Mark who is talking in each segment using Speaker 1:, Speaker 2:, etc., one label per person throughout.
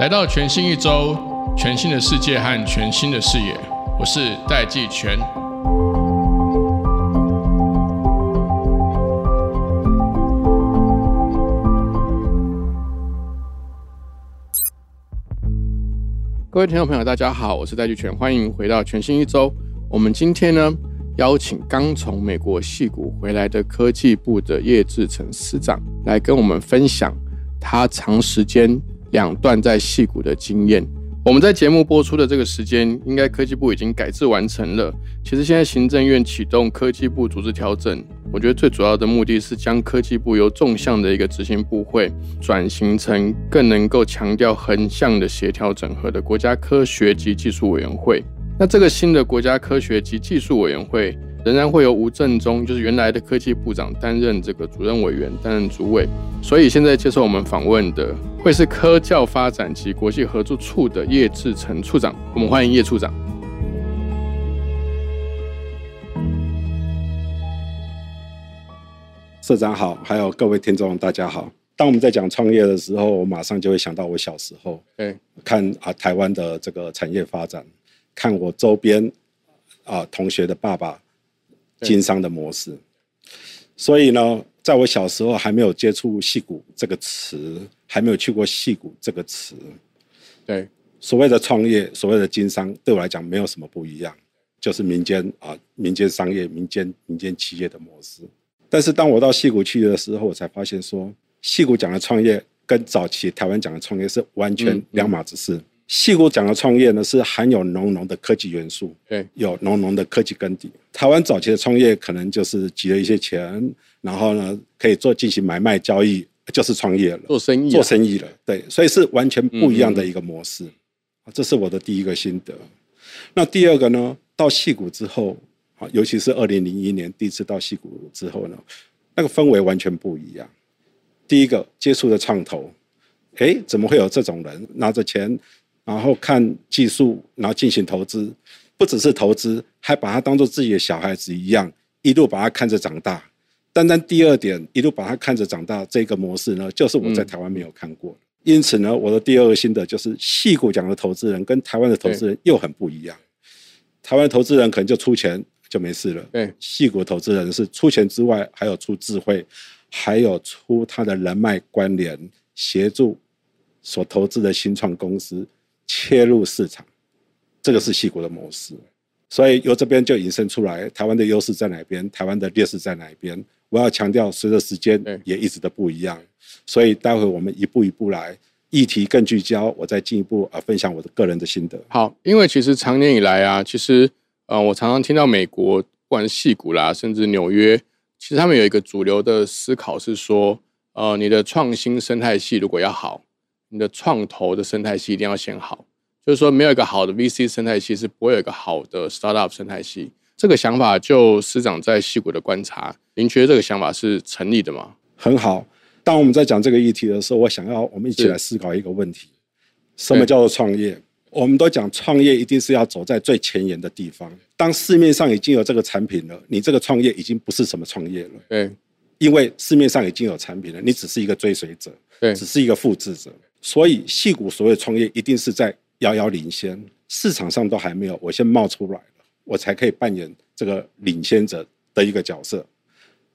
Speaker 1: 来到全新一周，全新的世界和全新的视野，我是戴季全。各位听众朋友，大家好，我是戴季全，欢迎回到全新一周。我们今天呢，邀请刚从美国戏谷回来的科技部的叶志成司长来跟我们分享他长时间两段在戏谷的经验。我们在节目播出的这个时间，应该科技部已经改制完成了。其实现在行政院启动科技部组织调整，我觉得最主要的目的是将科技部由纵向的一个执行部会，转型成更能够强调横向的协调整合的国家科学及技术委员会。那这个新的国家科学及技术委员会仍然会由吴正中，就是原来的科技部长担任这个主任委员，担任主委。所以现在接受我们访问的会是科教发展及国际合作处的叶志成处长，我们欢迎叶处长。
Speaker 2: 社长好，还有各位听众大家好。当我们在讲创业的时候，我马上就会想到我小时候
Speaker 1: 对，
Speaker 2: 看啊台湾的这个产业发展，看我周边啊同学的爸爸
Speaker 1: 对
Speaker 2: 经商的模式。所以呢，在我小时候还没有接触“戏骨”这个词，还没有去过“戏骨”这个词，
Speaker 1: 对，
Speaker 2: 所谓的创业，所谓的经商，对我来讲没有什么不一样，就是民间啊，民间商业、民间民间企业的模式。但是当我到戏谷去的时候，我才发现说，戏谷讲的创业跟早期台湾讲的创业是完
Speaker 1: 嗯
Speaker 2: 全
Speaker 1: 嗯
Speaker 2: 两码子事。戏谷讲的创业呢，是含有浓浓的科技元素，
Speaker 1: 对，
Speaker 2: 有浓浓的科技根底。台湾早期的创业可能就是集了一些钱，然后呢可以做进行买卖交易，就是创业了。
Speaker 1: 做生意、啊
Speaker 2: 做，生意了，对，所以是完全不一样的一个模
Speaker 1: 嗯
Speaker 2: 式，啊这是我的第一个心得。那第二个呢，到戏谷之后，啊，尤其是二零零一年第一次到戏谷之后呢，那个氛围完全不一样。第一个接触的创投，诶，怎么会有这种人拿着钱，然后看技术，然后进行投资？不只是投资，还把他当做自己的小孩子一样，一路把他看着长大。单单第二点，一路把他看着长大这个模式呢，就是我在台湾没有看过的。因此呢，我的第二个心得就是，戏股讲的投资人跟台湾的投资人又很不一样。台湾的投资人可能就出钱就没事了，
Speaker 1: 对，
Speaker 2: 戏股投资人是出钱之外，还有出智慧，还有出他的人脉关联，协助所投资的新创公司切入市场，这个是戏股的模式。所以由这边就引申出来，台湾的优势在哪边，台湾的劣势在哪边。我要强调，随着时间
Speaker 1: 对
Speaker 2: 也一直的不一样，所以待会我们一步一步来，议题更聚焦，我再进一步啊分享我的个人的心得。
Speaker 1: 好，因为其实长年以来啊，其实呃，我常常听到美国不管是戏谷啦，甚至纽约，其实他们有一个主流的思考是说，呃，你的创新生态系如果要好，你的创投的生态系一定要先好，就是说没有一个好的 VC 生态系是不会有一个好的 startup 生态系。这个想法，就师长在戏谷的观察，您觉得这个想法是成立的吗？
Speaker 2: 很好。当我们在讲这个议题的时候，我想要我们一起
Speaker 1: 是
Speaker 2: 来思考一个问题：什么叫做创业？我们都讲创业一定是要走在最前沿的地方。当市面上已经有这个产品了，你这个创业已经不是什么创业了，
Speaker 1: 对
Speaker 2: 因为市面上已经有产品了，你只是一个追随者，
Speaker 1: 对
Speaker 2: 只是一个复制者。所以，戏骨所谓创业一定是在遥遥领先，市场上都还没有，我先冒出来了，我才可以扮演这个领先者的一个角色。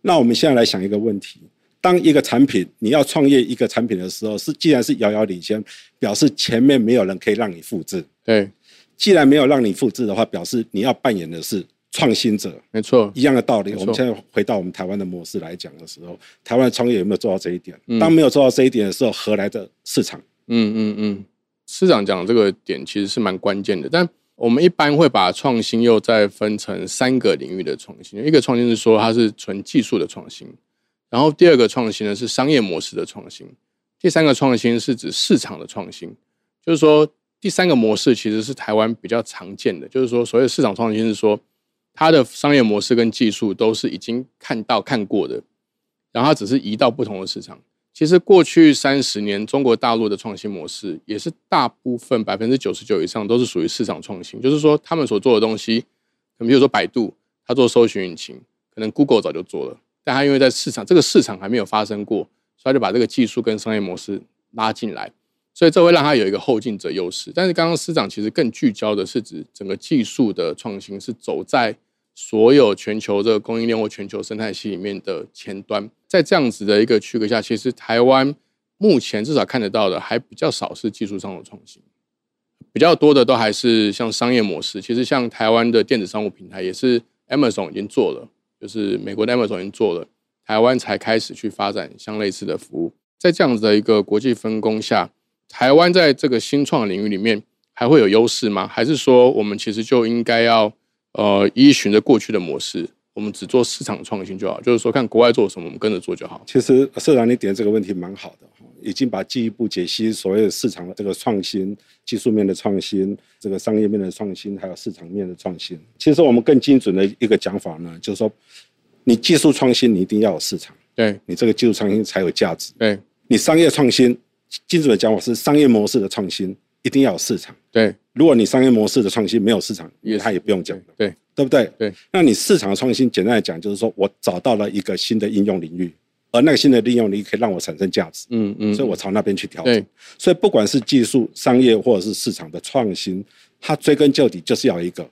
Speaker 2: 那我们现在来想一个问题：当一个产品你要创业一个产品的时候，是既然是遥遥领先，表示前面没有人可以让你复制。
Speaker 1: 对，
Speaker 2: 既然没有让你复制的话，表示你要扮演的是创新者。
Speaker 1: 没错，
Speaker 2: 一样的道理，
Speaker 1: 没错
Speaker 2: 我们现在回到我们台湾的模式来讲的时候，台湾的创业有没有做到这一点？
Speaker 1: 嗯
Speaker 2: 当没有做到这一点的时候，何来的市场？
Speaker 1: 嗯嗯嗯，市长讲的这个点其实是蛮关键的，但我们一般会把创新又再分成三个领域的创新，一个创新是说它是纯技术的创新，然后第二个创新呢是商业模式的创新，第三个创新是指市场的创新，就是说第三个模式其实是台湾比较常见的，就是说所谓的市场创新是说它的商业模式跟技术都是已经看到看过的，然后它只是移到不同的市场。其实过去三十年，中国大陆的创新模式也是大部分百分之九十九以上都是属于市场创新，就是说他们所做的东西，比如说百度，它做搜寻引擎，可能 Google 早就做了，但他因为在市场这个市场还没有发生过，所以他就把这个技术跟商业模式拉进来，所以这会让他有一个后进者优势。但是刚刚司长其实更聚焦的是指整个技术的创新是走在所有全球这个供应链或全球生态系里面的前端，在这样子的一个区隔下，其实台湾目前至少看得到的还比较少是技术上的创新。比较多的都还是像商业模式。其实像台湾的电子商务平台也是 Amazon 已经做了，就是美国的 Amazon 已经做了，台湾才开始去发展相类似的服务。在这样子的一个国际分工下，台湾在这个新创领域里面还会有优势吗？还是说我们其实就应该要呃依循着过去的模式，我们只做市场创新就好，就是说看国外做什么，我们跟着做就好。
Speaker 2: 其实社长你点这个问题蛮好的，已经把进一步解析所谓的市场的这个创新、技术面的创新、这个商业面的创新，还有市场面的创新。其实我们更精准的一个讲法呢，就是说，你技术创新你一定要有市场，
Speaker 1: 对
Speaker 2: 你这个技术创新才有价值。
Speaker 1: 对
Speaker 2: 你商业创新，精准的讲法是商业模式的创新一定要有市场。
Speaker 1: 对
Speaker 2: 如果你商业模式的创新没有市场
Speaker 1: 也，是
Speaker 2: 它也不用讲了，
Speaker 1: 对
Speaker 2: 对不对？
Speaker 1: 对。
Speaker 2: 那你市场创新，简单来讲，就是说我找到了一个新的应用领域，而那个新的应用领域可以让我产生价值，
Speaker 1: 嗯嗯，
Speaker 2: 所以我朝那边去调
Speaker 1: 对
Speaker 2: 整。所以不管是技术、商业或者是市场的创新，它追根究底就是要有一个，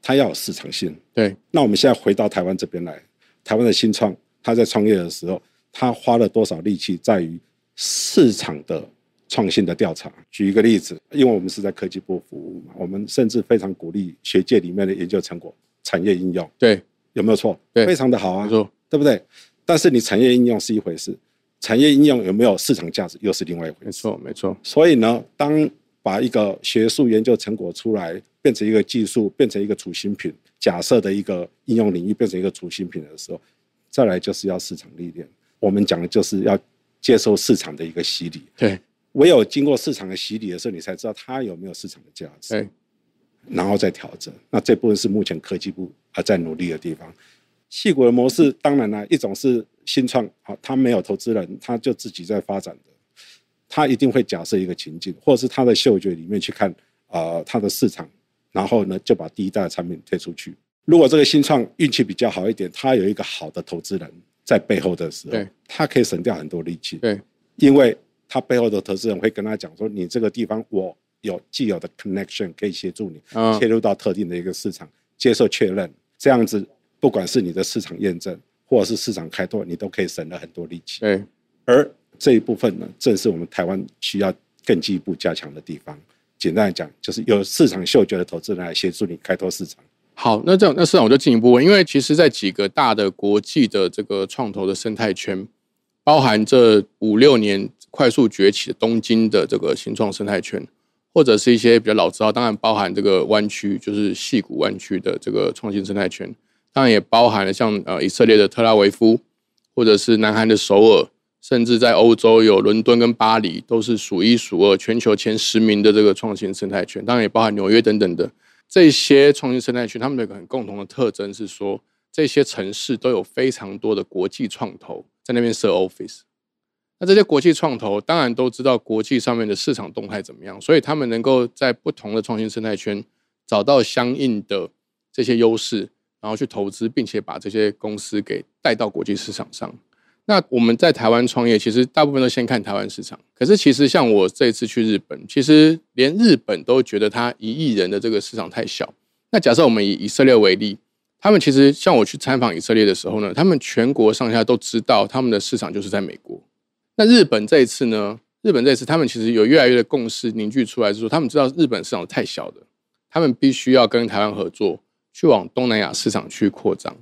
Speaker 2: 它要有市场性。
Speaker 1: 对
Speaker 2: 那我们现在回到台湾这边来，台湾的新创，他在创业的时候，他花了多少力气在于市场的创新的调查？举一个例子，因为我们是在科技部服务嘛，我们甚至非常鼓励学界里面的研究成果产业应用，
Speaker 1: 对，
Speaker 2: 有没有错？
Speaker 1: 对
Speaker 2: 非常的好
Speaker 1: 没
Speaker 2: 啊，
Speaker 1: 错，
Speaker 2: 对不对？但是你产业应用是一回事，产业应用有没有市场价值又是另外一回事
Speaker 1: 没。错，没错，
Speaker 2: 所以呢，当把一个学术研究成果出来，变成一个技术，变成一个雏形品，假设的一个应用领域变成一个雏形品的时候，再来就是要市场历练。我们讲的就是要接受市场的一个洗礼，
Speaker 1: 对
Speaker 2: 唯有经过市场的洗礼的时候，你才知道它有没有市场的价值，
Speaker 1: 对
Speaker 2: 然后再调整。那这部分是目前科技部啊在努力的地方。细股的模式，当然啦，一种是新创，好，他没有投资人，他就自己在发展的，他一定会假设一个情境，或者是他的嗅觉里面去看啊、呃他的市场，然后呢就把第一代的产品推出去。如果这个新创运气比较好一点，他有一个好的投资人在背后的时候
Speaker 1: 对，
Speaker 2: 他可以省掉很多力气，
Speaker 1: 对
Speaker 2: 因为他背后的投资人会跟他讲说，你这个地方我有既有的 connection 可以协助你，
Speaker 1: 啊
Speaker 2: 切入到特定的一个市场，接受确认，这样子，不管是你的市场验证或者是市场开拓，你都可以省了很多力气。
Speaker 1: 对。
Speaker 2: 而这一部分呢，正是我们台湾需要更进一步加强的地方。简单来讲，就是有市场嗅觉的投资人来协助你开拓市场。
Speaker 1: 好，那这样，那市场我就进一步问，因为其实，在几个大的国际的这个创投的生态圈，包含这五六年快速崛起的东京的这个新创生态圈，或者是一些比较老字号，当然包含这个湾区，就是戏谷湾区的这个创新生态圈，当然也包含了像呃以色列的特拉维夫，或者是南韩的首尔，甚至在欧洲有伦敦跟巴黎，都是数一数二全球前十名的这个创新生态圈，当然也包含纽约等等的。这些创新生态圈，他们有一个很共同的特征是说，这些城市都有非常多的国际创投在那边设 office。那这些国际创投当然都知道国际上面的市场动态怎么样，所以他们能够在不同的创新生态圈找到相应的这些优势，然后去投资，并且把这些公司给带到国际市场上。那我们在台湾创业，其实大部分都先看台湾市场。可是其实像我这次去日本，其实连日本都觉得它一亿人的这个市场太小。那假设我们以以色列为例，他们其实像我去参访以色列的时候呢，他们全国上下都知道他们的市场就是在美国。那日本这一次呢，日本这一次他们其实有越来越的共识凝聚出来，是说他们知道日本市场太小了，他们必须要跟台湾合作，去往东南亚市场去扩张。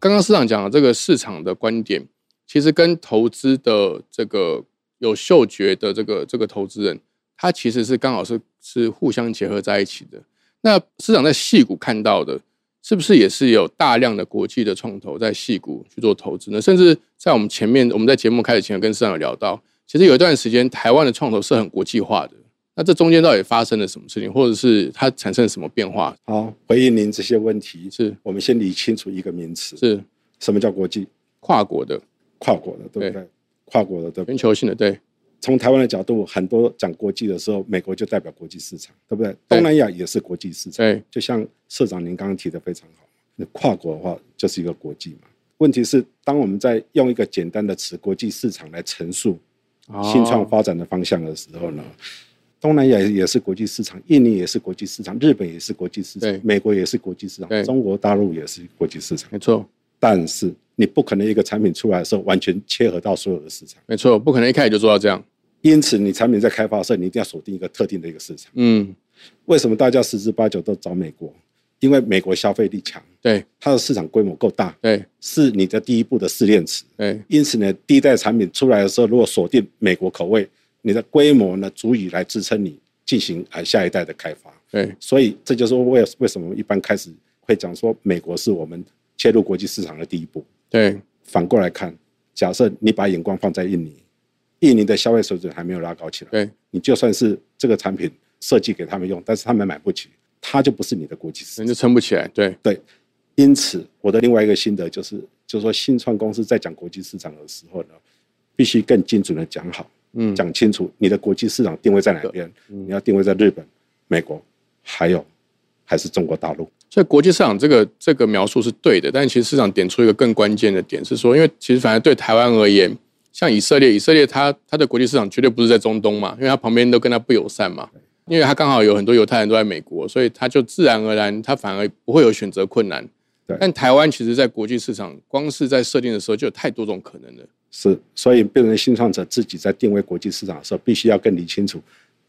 Speaker 1: 刚刚市长讲的这个市场的观点，其实跟投资的这个有嗅觉的这个这个投资人，他其实是刚好是是互相结合在一起的。那市长在戏谷看到的，是不是也是有大量的国际的创投在戏谷去做投资呢？甚至在我们前面，我们在节目开始前有跟市长有聊到，其实有一段时间台湾的创投是很国际化的。那这中间到底发生了什么事情，或者是它产生了什么变化？
Speaker 2: 好，回应您这些问题，
Speaker 1: 是
Speaker 2: 我们先理清楚一个名词：
Speaker 1: 是
Speaker 2: 什么叫国际
Speaker 1: 跨国的、
Speaker 2: 跨国的，对不对？跨国的，对不对
Speaker 1: 全球性的，对
Speaker 2: 从台湾的角度，很多讲国际的时候，美国就代表国际市场，对不对？东南亚也是国际市场，
Speaker 1: 对
Speaker 2: 就像社长您刚刚提的非常好，那跨国的话就是一个国际嘛。问题是，当我们在用一个简单的词“国际市场”来陈述新
Speaker 1: 哦
Speaker 2: 创发展的方向的时候呢，东南亚也是国际市场，印尼也是国际市场，日本也是国际市
Speaker 1: 对
Speaker 2: 场，美国也是国际市
Speaker 1: 对
Speaker 2: 场，中国大陆也是国际市场。
Speaker 1: 没错，
Speaker 2: 但是你不可能一个产品出来的时候完全切合到所有的市场，
Speaker 1: 没错，不可能一开始就做到这样。
Speaker 2: 因此你产品在开发的时候，你一定要锁定一个特定的一个市场。
Speaker 1: 嗯，
Speaker 2: 为什么大家十之八九都找美国？因为美国消费力强，
Speaker 1: 对
Speaker 2: 它的市场规模够大，
Speaker 1: 对
Speaker 2: 是你的第一步的试炼池。
Speaker 1: 对，
Speaker 2: 因此呢，第一代产品出来的时候，如果锁定美国口味，你的规模呢足以来支撑你进行啊下一代的开发。
Speaker 1: 对，
Speaker 2: 所以这就是为为什么一般开始会讲说美国是我们切入国际市场的第一步。
Speaker 1: 对，
Speaker 2: 反过来看，假设你把眼光放在印尼，印尼的消费水准还没有拉高起来，
Speaker 1: 对，
Speaker 2: 你就算是这个产品设计给他们用，但是他们买不起，它就不是你的国际市
Speaker 1: 人就
Speaker 2: 场。
Speaker 1: 撑不起来。对，
Speaker 2: 对，因此我的另外一个心得就是，就是说新创公司在讲国际市场的时候呢，必须更精准的讲好，
Speaker 1: 嗯，
Speaker 2: 讲清楚你的国际市场定位在哪边，你要定位在日本、美国，还有还是中国大陆。
Speaker 1: 所以国际市场这个这个描述是对的，但其实市场点出一个更关键的点是说，因为其实反而对台湾而言，像以色列，以色列它它的国际市场绝对不是在中东嘛，因为它旁边都跟它不友善嘛，因为它刚好有很多犹太人都在美国，所以它就自然而然它反而不会有选择困难
Speaker 2: 对。
Speaker 1: 但台湾其实，在国际市场，光是在设定的时候就有太多种可能了。
Speaker 2: 是，所以变成新创者自己在定位国际市场的时候，必须要更理清楚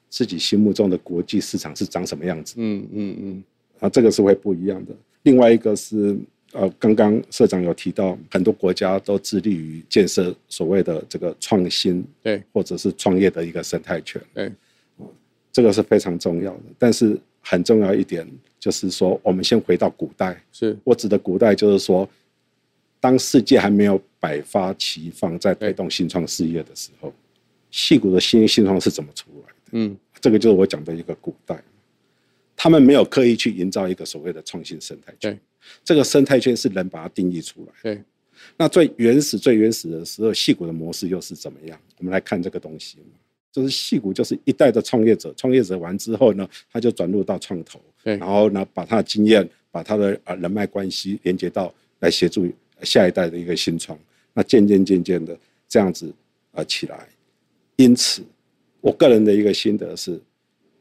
Speaker 2: 自己心目中的国际市场是长什么样子
Speaker 1: 嗯嗯嗯，
Speaker 2: 啊，这个是会不一样的。另外一个是，呃，刚刚社长有提到，很多国家都致力于建设所谓的这个创新
Speaker 1: 对
Speaker 2: 或者是创业的一个生态圈，
Speaker 1: 对，
Speaker 2: 这个是非常重要的。但是很重要一点就是说，我们先回到古代，
Speaker 1: 是
Speaker 2: 我指的古代就是说，当世界还没有百花齐放，在推动新创事业的时候，戏骨的新兴创是怎么出来的？
Speaker 1: 嗯
Speaker 2: 这个就是我讲的一个古代，他们没有刻意去营造一个所谓的创新生态圈
Speaker 1: 对，
Speaker 2: 这个生态圈是人把它定义出来。
Speaker 1: 对，
Speaker 2: 那最原始、最原始的时候，戏骨的模式又是怎么样？我们来看这个东西嘛，就是戏骨就是一代的创业者，创业者完之后呢，他就转入到创投，
Speaker 1: 对
Speaker 2: 然后呢，把他的经验、把他的呃人脉关系连接到来协助下一代的一个新创，那渐渐渐渐的这样子呃起来。因此，我个人的一个心得是，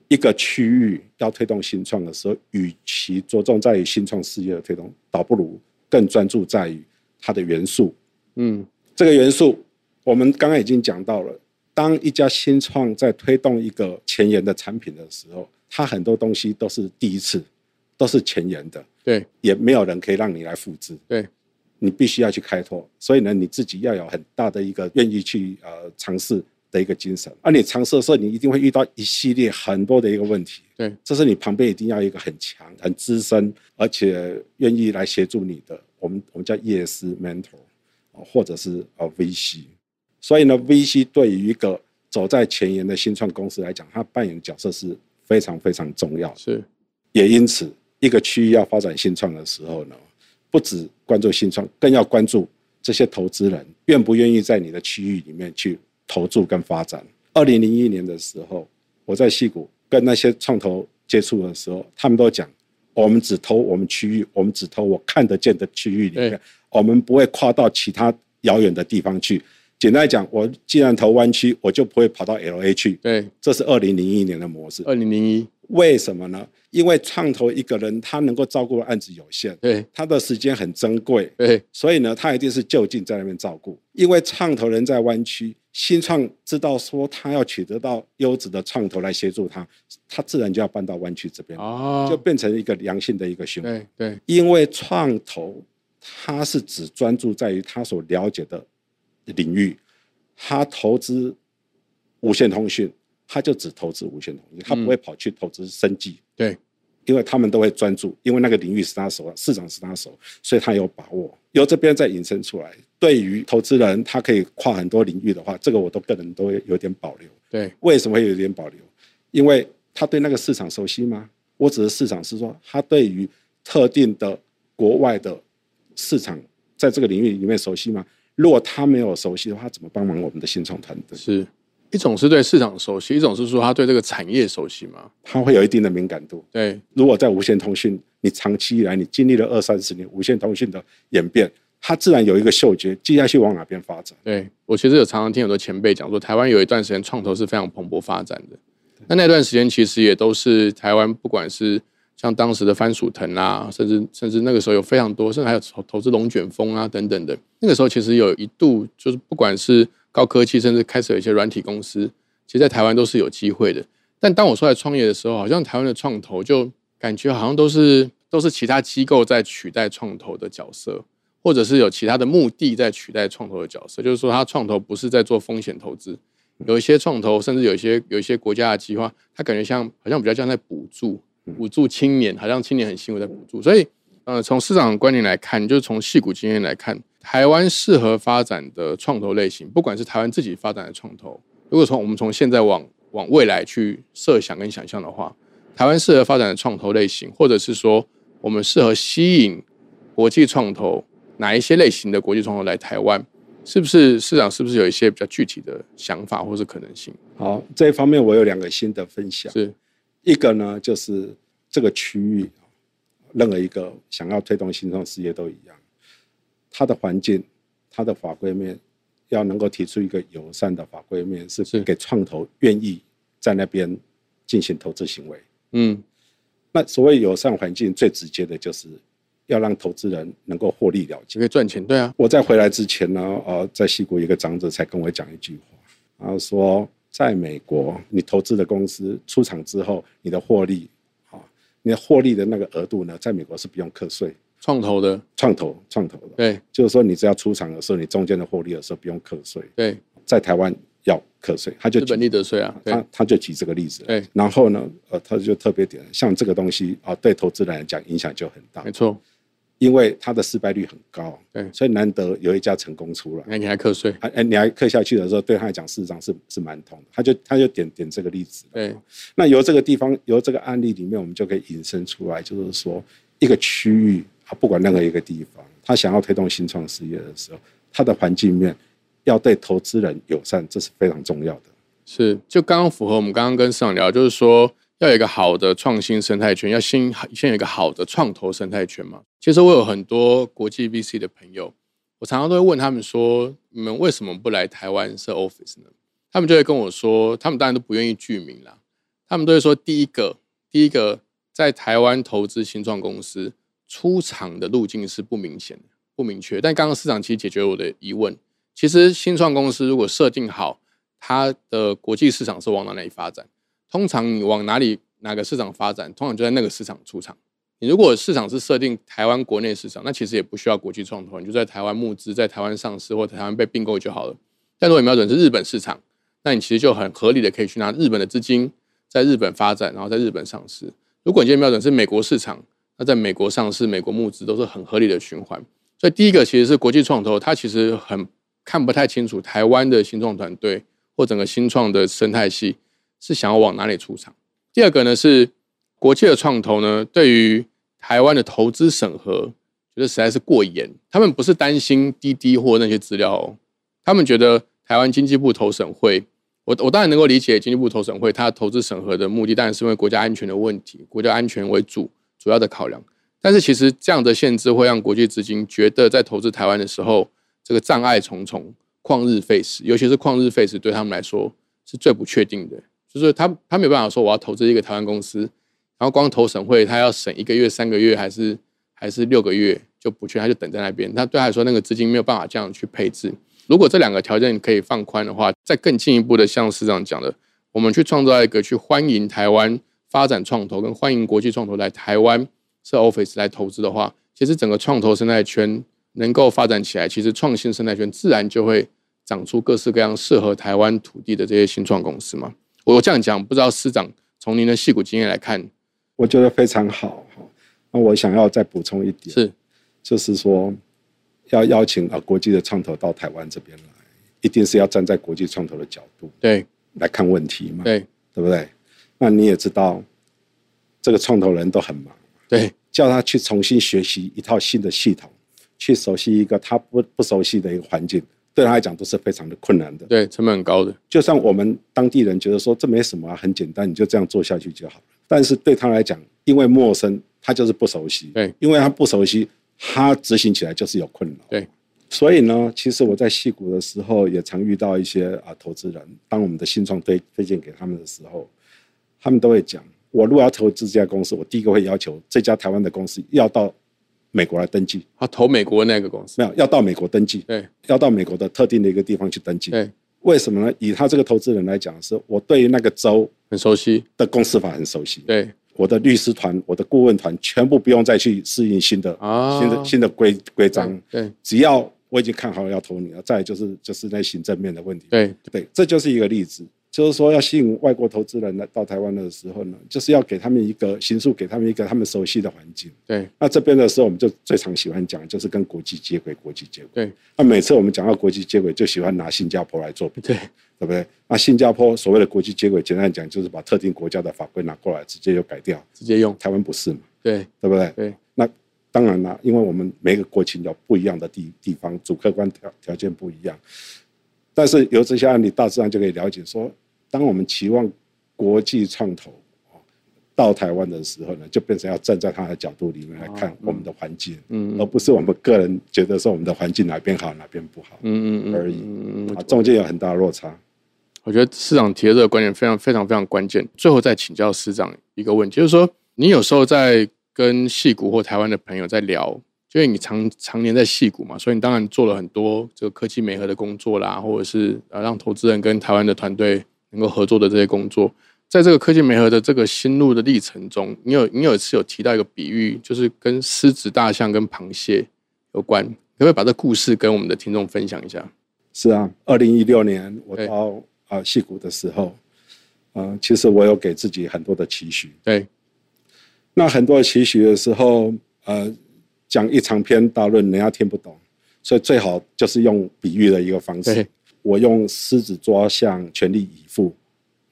Speaker 2: 一个区域要推动新创的时候，与其着重在于新创事业的推动，倒不如更专注在于它的元素。
Speaker 1: 嗯
Speaker 2: 这个元素，我们刚刚已经讲到了。当一家新创在推动一个前沿的产品的时候，它很多东西都是第一次，都是前沿的，
Speaker 1: 对
Speaker 2: 也没有人可以让你来复制。
Speaker 1: 对
Speaker 2: 你必须要去开拓。所以呢，你自己要有很大的一个愿意去呃尝试的一个精神。啊而你尝试的时候，你一定会遇到一系列很多的一个问题。
Speaker 1: 对，
Speaker 2: 这是你旁边一定要有一个很强、很资深，而且愿意来协助你的。我们我们叫业师 mentor，呃或者是呃 VC。所以呢，VC 对于一个走在前沿的新创公司来讲，它扮演的角色是非常非常重要的。
Speaker 1: 是
Speaker 2: 也因此，一个区域要发展新创的时候呢，不只关注新创，更要关注这些投资人愿不愿意在你的区域里面去投注跟发展。二零零一年的时候，我在西谷跟那些创投接触的时候，他们都讲，我们只投我们区域，我们只投我看得见的区域里
Speaker 1: 对
Speaker 2: 面，我们不会跨到其他遥远的地方去。简单来讲，我既然投湾区，我就不会跑到 L A 去。
Speaker 1: 对，
Speaker 2: 这是二零零一年的模式。
Speaker 1: 二零零一
Speaker 2: 为什么呢？因为创投一个人他能够照顾的案子有限，
Speaker 1: 对
Speaker 2: 他的时间很珍贵，
Speaker 1: 对
Speaker 2: 所以呢，他一定是就近在那边照顾。因为创投人在湾区，新创知道说他要取得到优质的创投来协助他，他自然就要搬到湾区这边，
Speaker 1: 哦，
Speaker 2: 就变成一个良性的一个循环。
Speaker 1: 对对
Speaker 2: 因为创投他是只专注在于他所了解的领域，他投资无线通讯，他就只投资无线通讯，他不会跑去投资生计，
Speaker 1: 对
Speaker 2: 因为他们都会专注，因为那个领域是他手，市场是他手，所以他有把握。由这边再引申出来，对于投资人，他可以跨很多领域的话，这个我都个人都会有点保留。
Speaker 1: 对
Speaker 2: 为什么会有点保留？因为他对那个市场熟悉吗？我指的市场是说，他对于特定的国外的市场，在这个领域里面熟悉吗？如果他没有熟悉的话，他怎么帮忙我们的新创团队？
Speaker 1: 是。一种是对市场熟悉，一种是说他对这个产业熟悉嘛。
Speaker 2: 他会有一定的敏感度。
Speaker 1: 对
Speaker 2: 如果在无线通讯，你长期以来你经历了二三十年无线通讯的演变，他自然有一个嗅觉，接下去往哪边发展。
Speaker 1: 对我其实有常常听很多前辈讲说，台湾有一段时间创投是非常蓬勃发展的。那那段时间其实也都是台湾，不管是像当时的番薯藤啊，甚至甚至那个时候有非常多，甚至还有投投资龙卷风啊等等的。那个时候其实有一度就是不管是高科技，甚至开始有一些软体公司，其实在台湾都是有机会的。但当我出来创业的时候，好像台湾的创投就感觉好像都是都是其他机构在取代创投的角色。或者是有其他的目的在取代创投的角色，就是说，他创投不是在做风险投资，有一些创投，甚至有一些有一些国家的计划，他感觉像好像比较像在补助，补助青年，好像青年很辛苦在补助。所以，呃，从市场观点来看，就是从戏股经验来看，台湾适合发展的创投类型，不管是台湾自己发展的创投，如果从我们从现在往往未来去设想跟想象的话，台湾适合发展的创投类型，或者是说我们适合吸引国际创投。哪一些类型的国际创投来台湾？是不是市场是不是有一些比较具体的想法或是可能性？
Speaker 2: 好，这一方面我有两个新的分享，
Speaker 1: 是
Speaker 2: 一个呢就是这个区域，任何一个想要推动新创事业都一样，它的环境、它的法规面要能够提出一个友善的法规面，是
Speaker 1: 是
Speaker 2: 给创投愿意在那边进行投资行为。
Speaker 1: 嗯
Speaker 2: 那所谓友善环境，最直接的就是要让投资人能够获利了结
Speaker 1: 就。可以赚钱，对啊，
Speaker 2: 我在回来之前呢，呃，在西谷一个长者才跟我讲一句话，然后说，在美国，你投资的公司出厂之后，你的获利，啊，你的获利的那个额度呢，在美国是不用课税，
Speaker 1: 创投的，
Speaker 2: 创投创投的，
Speaker 1: 对
Speaker 2: 就是说你只要出厂的时候，你中间的获利的时候不用课税，
Speaker 1: 对，
Speaker 2: 在台湾要课税，他就
Speaker 1: 资本利得税啊，对
Speaker 2: 他他就举这个例子，
Speaker 1: 对，
Speaker 2: 然后呢，呃，他就特别点，像这个东西啊、对投资人来讲影响就很大
Speaker 1: 没，错，
Speaker 2: 因为它的失败率很高，
Speaker 1: 对
Speaker 2: 所以难得有一家成功出来
Speaker 1: 你。看你还课税，
Speaker 2: 哎哎，你还刻下去的时候，对他来讲，事实上是是蛮痛的。他就他就点点这个例子。
Speaker 1: 对，
Speaker 2: 那由这个地方，由这个案例里面，我们就可以引申出来，就是说，一个区域，它不管任何一个地方，他想要推动新创事业的时候，它的环境面要对投资人友善，这是非常重要的。
Speaker 1: 是就刚刚符合我们刚刚跟市场聊，就是说要有一个好的创新生态圈，要先先有一个好的创投生态圈嘛。其实我有很多国际 VC 的朋友，我常常都会问他们说，你们为什么不来台湾设 office 呢？他们就会跟我说，他们当然都不愿意具名啦，他们都会说，第一个，第一个在台湾投资新创公司出场的路径是不明显的、不明确。但刚刚市场其实解决我的疑问，其实新创公司如果设定好它的国际市场是往哪里发展，通常你往哪里哪个市场发展，通常就在那个市场出场。你如果市场是设定台湾国内市场，那其实也不需要国际创投，你就在台湾募资，在台湾上市或台湾被并购就好了。但如果你瞄准是日本市场，那你其实就很合理的可以去拿日本的资金，在日本发展，然后在日本上市。如果你今天瞄准是美国市场，那在美国上市、美国募资都是很合理的循环。所以第一个其实是国际创投，它其实很看不太清楚台湾的新创团队或整个新创的生态系是想要往哪里出场。第二个呢是国际的创投呢，对于台湾的投资审核觉得实在是过严，他们不是担心滴滴或那些资料、哦，他们觉得台湾经济部投审会，我我当然能够理解经济部投审会它投资审核的目的，当然是因为国家安全的问题，国家安全为主主要的考量。但是其实这样的限制会让国际资金觉得在投资台湾的时候，这个障碍重重，旷日费时，尤其是旷日费时对他们来说是最不确定的，就是他他没有办法说我要投资一个台湾公司，然后光投审会他要审一个月、三个月还是还是六个月就不确定，他就等在那边，他对他来说那个资金没有办法这样去配置。如果这两个条件可以放宽的话，再更进一步的，像市长讲的，我们去创造一个去欢迎台湾发展创投跟欢迎国际创投来台湾设 office 来投资的话，其实整个创投生态圈能够发展起来，其实创新生态圈自然就会长出各式各样适合台湾土地的这些新创公司嘛。我这样讲，不知道市长从您的戏骨经验来看，
Speaker 2: 我觉得非常好哈。那我想要再补充一点，
Speaker 1: 是
Speaker 2: 就是说，要邀请啊国际的创投到台湾这边来，一定是要站在国际创投的角度
Speaker 1: 对
Speaker 2: 来看问题嘛，
Speaker 1: 对
Speaker 2: 对不对？那你也知道，这个创投人都很忙，
Speaker 1: 对
Speaker 2: 叫他去重新学习一套新的系统，去熟悉一个他不不熟悉的一个环境，对他来讲都是非常的困难的。
Speaker 1: 对，成本很高的，
Speaker 2: 就算我们当地人觉得说这没什么啊、很简单，你就这样做下去就好了。但是对他来讲，因为陌生，他就是不熟悉。
Speaker 1: 对，
Speaker 2: 因为他不熟悉，它执行起来就是有困扰。
Speaker 1: 对，
Speaker 2: 所以呢，其实我在戏股的时候，也常遇到一些啊投资人，当我们的新创推推荐给他们的时候，他们都会讲，我如果要投资这家公司，我第一个会要求这家台湾的公司要到美国来登记，
Speaker 1: 他投美国那个公司，
Speaker 2: 没有要到美国登记，
Speaker 1: 对
Speaker 2: 要到美国的特定的一个地方去登记。
Speaker 1: 对，
Speaker 2: 为什么呢？以他这个投资人来讲，是我对于那个州
Speaker 1: 很熟悉，
Speaker 2: 的公司法很熟悉，
Speaker 1: 对
Speaker 2: 我的律师团、我的顾问团全部不用再去适应新的、
Speaker 1: 啊
Speaker 2: 新的新的规规章，
Speaker 1: 对
Speaker 2: 只要我已经看好了要投你了。再来就是就是那行政面的问题，
Speaker 1: 对
Speaker 2: 对，这就是一个例子。就是说，要吸引外国投资人来到台湾的时候呢，就是要给他们一个行诉，给他们一个他们熟悉的环境。
Speaker 1: 对
Speaker 2: 那这边的时候，我们就最常喜欢讲，就是跟国际接轨，国际接轨。
Speaker 1: 对
Speaker 2: 那每次我们讲到国际接轨，就喜欢拿新加坡来做比较，
Speaker 1: 对
Speaker 2: 对不对？那新加坡所谓的国际接轨，简单讲就是把特定国家的法规拿过来，直接就改掉。
Speaker 1: 直接用，
Speaker 2: 台湾不是嘛，
Speaker 1: 对
Speaker 2: 对不对？
Speaker 1: 对
Speaker 2: 那当然啦，因为我们每个国情有不一样的地地方，主客观条条件不一样。但是由这些案例，大自然就可以了解说，当我们期望国际创投哦到台湾的时候呢，就变成要站在他的角度里面来看我们的环境，
Speaker 1: 啊嗯
Speaker 2: 而不是我们个人觉得说我们的环境哪边好哪边不好、
Speaker 1: 嗯嗯嗯
Speaker 2: 而已
Speaker 1: 嗯嗯嗯
Speaker 2: 啊，中间有很大的落差。
Speaker 1: 我觉得市长提的这个观点非常非常非常关键。最后再请教市长一个问题，就是说你有时候在跟戏谷或台湾的朋友在聊，因为你常常年在戏谷嘛，所以你当然做了很多这个科技媒合的工作啦，或者是呃让投资人跟台湾的团队能够合作的这些工作。在这个科技媒合的这个心路的历程中，你有你有一次有提到一个比喻，就是跟狮子、大象跟螃蟹有关，可不可以把这故事跟我们的听众分享一下？
Speaker 2: 是啊，二零一六年我
Speaker 1: 对
Speaker 2: 到啊戏谷的时候，呃，其实我有给自己很多的期许，
Speaker 1: 对
Speaker 2: 那很多期许的时候，呃，讲一长篇大论，人家听不懂，所以最好就是用比喻的一个方式
Speaker 1: 对。
Speaker 2: 我用狮子抓象，全力以赴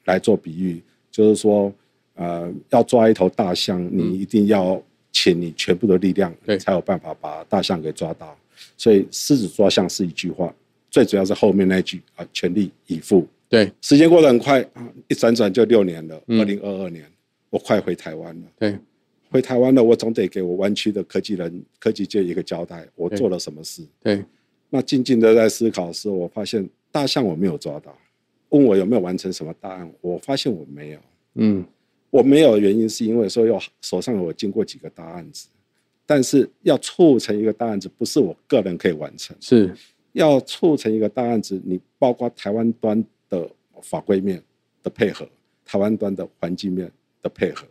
Speaker 2: 来做比喻，就是说，呃，要抓一头大象，你一定要请你全部的力量，
Speaker 1: 对
Speaker 2: 才有办法把大象给抓到。所以狮子抓象是一句话，最主要是后面那句啊、全力以赴。
Speaker 1: 对
Speaker 2: 时间过得很快啊，一转转就六年了，
Speaker 1: 嗯
Speaker 2: 二零二二年，我快回台湾了。
Speaker 1: 对
Speaker 2: 回台湾了，我总得给我湾区的科技人、科技界一个交代，我
Speaker 1: 对
Speaker 2: 做了什么事。
Speaker 1: 对
Speaker 2: 那静静的在思考的时候，我发现大象我没有抓到，问我有没有完成什么大案，我发现我没有。
Speaker 1: 嗯
Speaker 2: 我没有的原因是因为说有手上有经过几个大案子，但是要促成一个大案子，不是我个人可以完成。
Speaker 1: 是
Speaker 2: 要促成一个大案子，你包括台湾端的法规面的配合，台湾端的环境面的配合，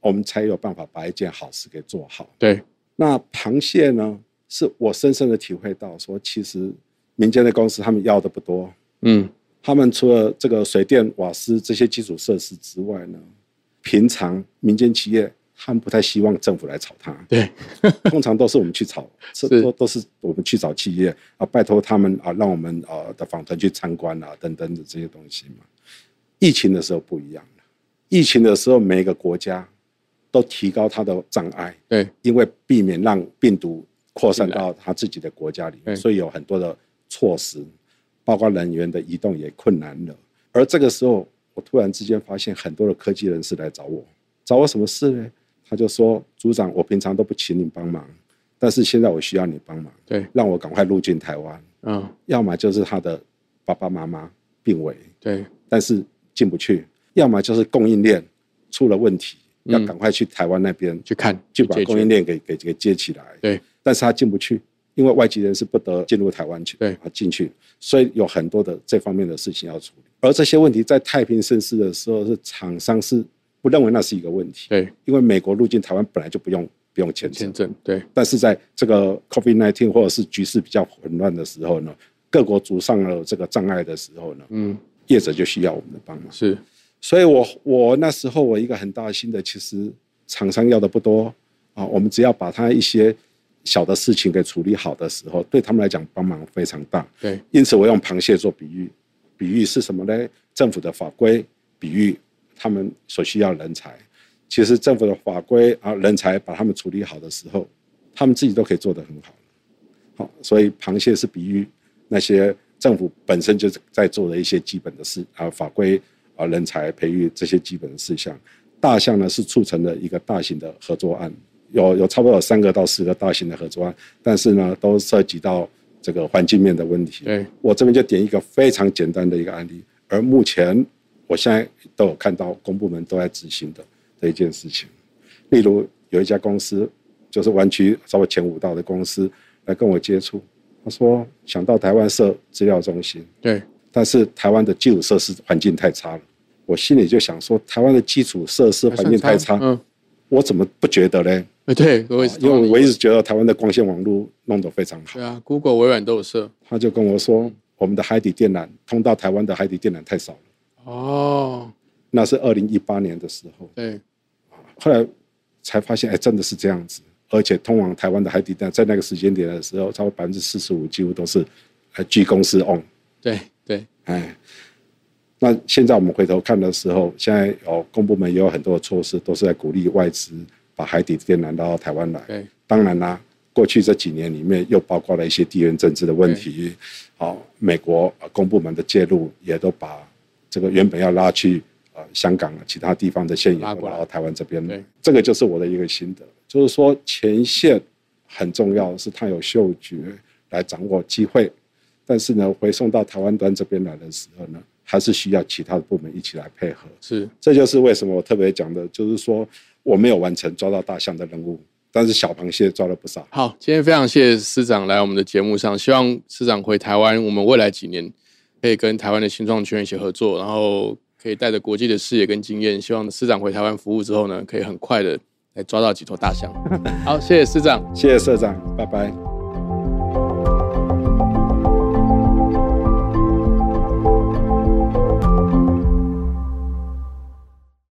Speaker 2: 我们才有办法把一件好事给做好。
Speaker 1: 对
Speaker 2: 那螃蟹呢，是我深深的体会到说，其实民间的公司他们要的不多，
Speaker 1: 嗯，
Speaker 2: 他们除了这个水电、瓦斯这些基础设施之外呢，平常民间企业他们不太希望政府来炒它。
Speaker 1: 对，
Speaker 2: 通常都是我们去找，是
Speaker 1: 是
Speaker 2: 都都是我们去找企业啊，拜托他们啊，让我们啊的访团去参观啊，等等的这些东西嘛。疫情的时候不一样了，疫情的时候每个国家都提高它的障碍，
Speaker 1: 对
Speaker 2: 因为避免让病毒扩散
Speaker 1: 进来
Speaker 2: 到他自己的国家里
Speaker 1: 对
Speaker 2: 面，所以有很多的措施，包括人员的移动也困难了。而这个时候，我突然之间发现很多的科技人士来找我，找我什么事呢？他就说：“组长，我平常都不请你帮忙，但是现在我需要你帮忙，
Speaker 1: 对，
Speaker 2: 让我赶快入境台湾。
Speaker 1: 嗯
Speaker 2: 要么就是他的爸爸妈妈病危，
Speaker 1: 对
Speaker 2: 但是进不去；要么就是供应链出了问题，要赶快去台湾那边
Speaker 1: 去看
Speaker 2: 就把
Speaker 1: 解决
Speaker 2: 供应链给给给接起来。
Speaker 1: 对，
Speaker 2: 但是他进不去，因为外籍人士不得进入台湾去，
Speaker 1: 对
Speaker 2: 啊，进去，所以有很多的这方面的事情要处理。而这些问题在太平盛世的时候，是厂商是不认为那是一个问题，
Speaker 1: 对
Speaker 2: 因为美国入境台湾本来就不用不用签
Speaker 1: 签，
Speaker 2: 证
Speaker 1: 证对
Speaker 2: 但是在这个 COVID-19 或者是局势比较混乱的时候呢，各国筑上了这个障碍的时候呢，
Speaker 1: 嗯
Speaker 2: 业者就需要我们的帮忙。
Speaker 1: 是
Speaker 2: 所以我我那时候我一个很大的心得，其实厂商要的不多啊，我们只要把他一些小的事情给处理好的时候，对他们来讲帮忙非常大。
Speaker 1: 对
Speaker 2: 因此，我用螃蟹做比喻，比喻是什么呢？政府的法规，比喻他们所需要人才。其实政府的法规啊，人才把他们处理好的时候，他们自己都可以做得很好。好，哦所以螃蟹是比喻那些政府本身就是在做的一些基本的事啊，法规啊，人才培育这些基本的事项。大象呢是促成了一个大型的合作案，有有差不多有三个到四个大型的合作案，但是呢，都涉及到这个环境面的问题。
Speaker 1: 对，
Speaker 2: 我这边就点一个非常简单的一个案例，而目前我现在都有看到公部门都在执行的这一件事情。例如有一家公司，就是湾区稍微前五大的公司来跟我接触，他说想到台湾设资料中心，
Speaker 1: 对，
Speaker 2: 但是台湾的基础设施环境太差了。我心里就想说，台湾的基础设施环境太差，
Speaker 1: 嗯，
Speaker 2: 我怎么不觉得嘞？
Speaker 1: 呃对，我也是，
Speaker 2: 因为我一直觉得台湾的光纤网络弄得非常好
Speaker 1: 对。啊，Google、微软都有设
Speaker 2: 他就跟我说，
Speaker 1: 嗯
Speaker 2: 我们的海底电缆通到台湾的海底电缆太少了。
Speaker 1: 哦，
Speaker 2: 那是二零一八年的时候，
Speaker 1: 对，
Speaker 2: 后来才发现，哎，真的是这样子。而且通往台湾的海底电缆，在那个时间点的时候，超过百分之四十五几乎都是呃 G 公司 on。
Speaker 1: 对，对，
Speaker 2: 哎，那现在我们回头看的时候，现在哦，公部门也有很多的措施，都是在鼓励外资把海底电缆拉到台湾来。
Speaker 1: 对，
Speaker 2: 当然啦、过去这几年里面又包括了一些地缘政治的问题，好、美国呃公部门的介入也都把这个原本要拉去呃香港其他地方的线也
Speaker 1: 拉
Speaker 2: 都
Speaker 1: 过来
Speaker 2: 拉到台湾这边来
Speaker 1: 对。
Speaker 2: 这个就是我的一个心得，就是说前线很重要，是它有嗅觉来掌握机会，但是呢，回送到台湾端这边来的时候呢，还是需要其他的部门一起来配合。
Speaker 1: 是，
Speaker 2: 这就是为什么我特别讲的，就是说我没有完成抓到大象的任务，但是小螃蟹抓了不少。
Speaker 1: 好，今天非常谢谢司长来我们的节目上，希望司长回台湾，我们未来几年可以跟台湾的新创圈一起合作，然后可以带着国际的视野跟经验，希望司长回台湾服务之后呢，可以很快的来抓到几头大象。好，谢谢司长。
Speaker 2: 谢谢社长，拜拜。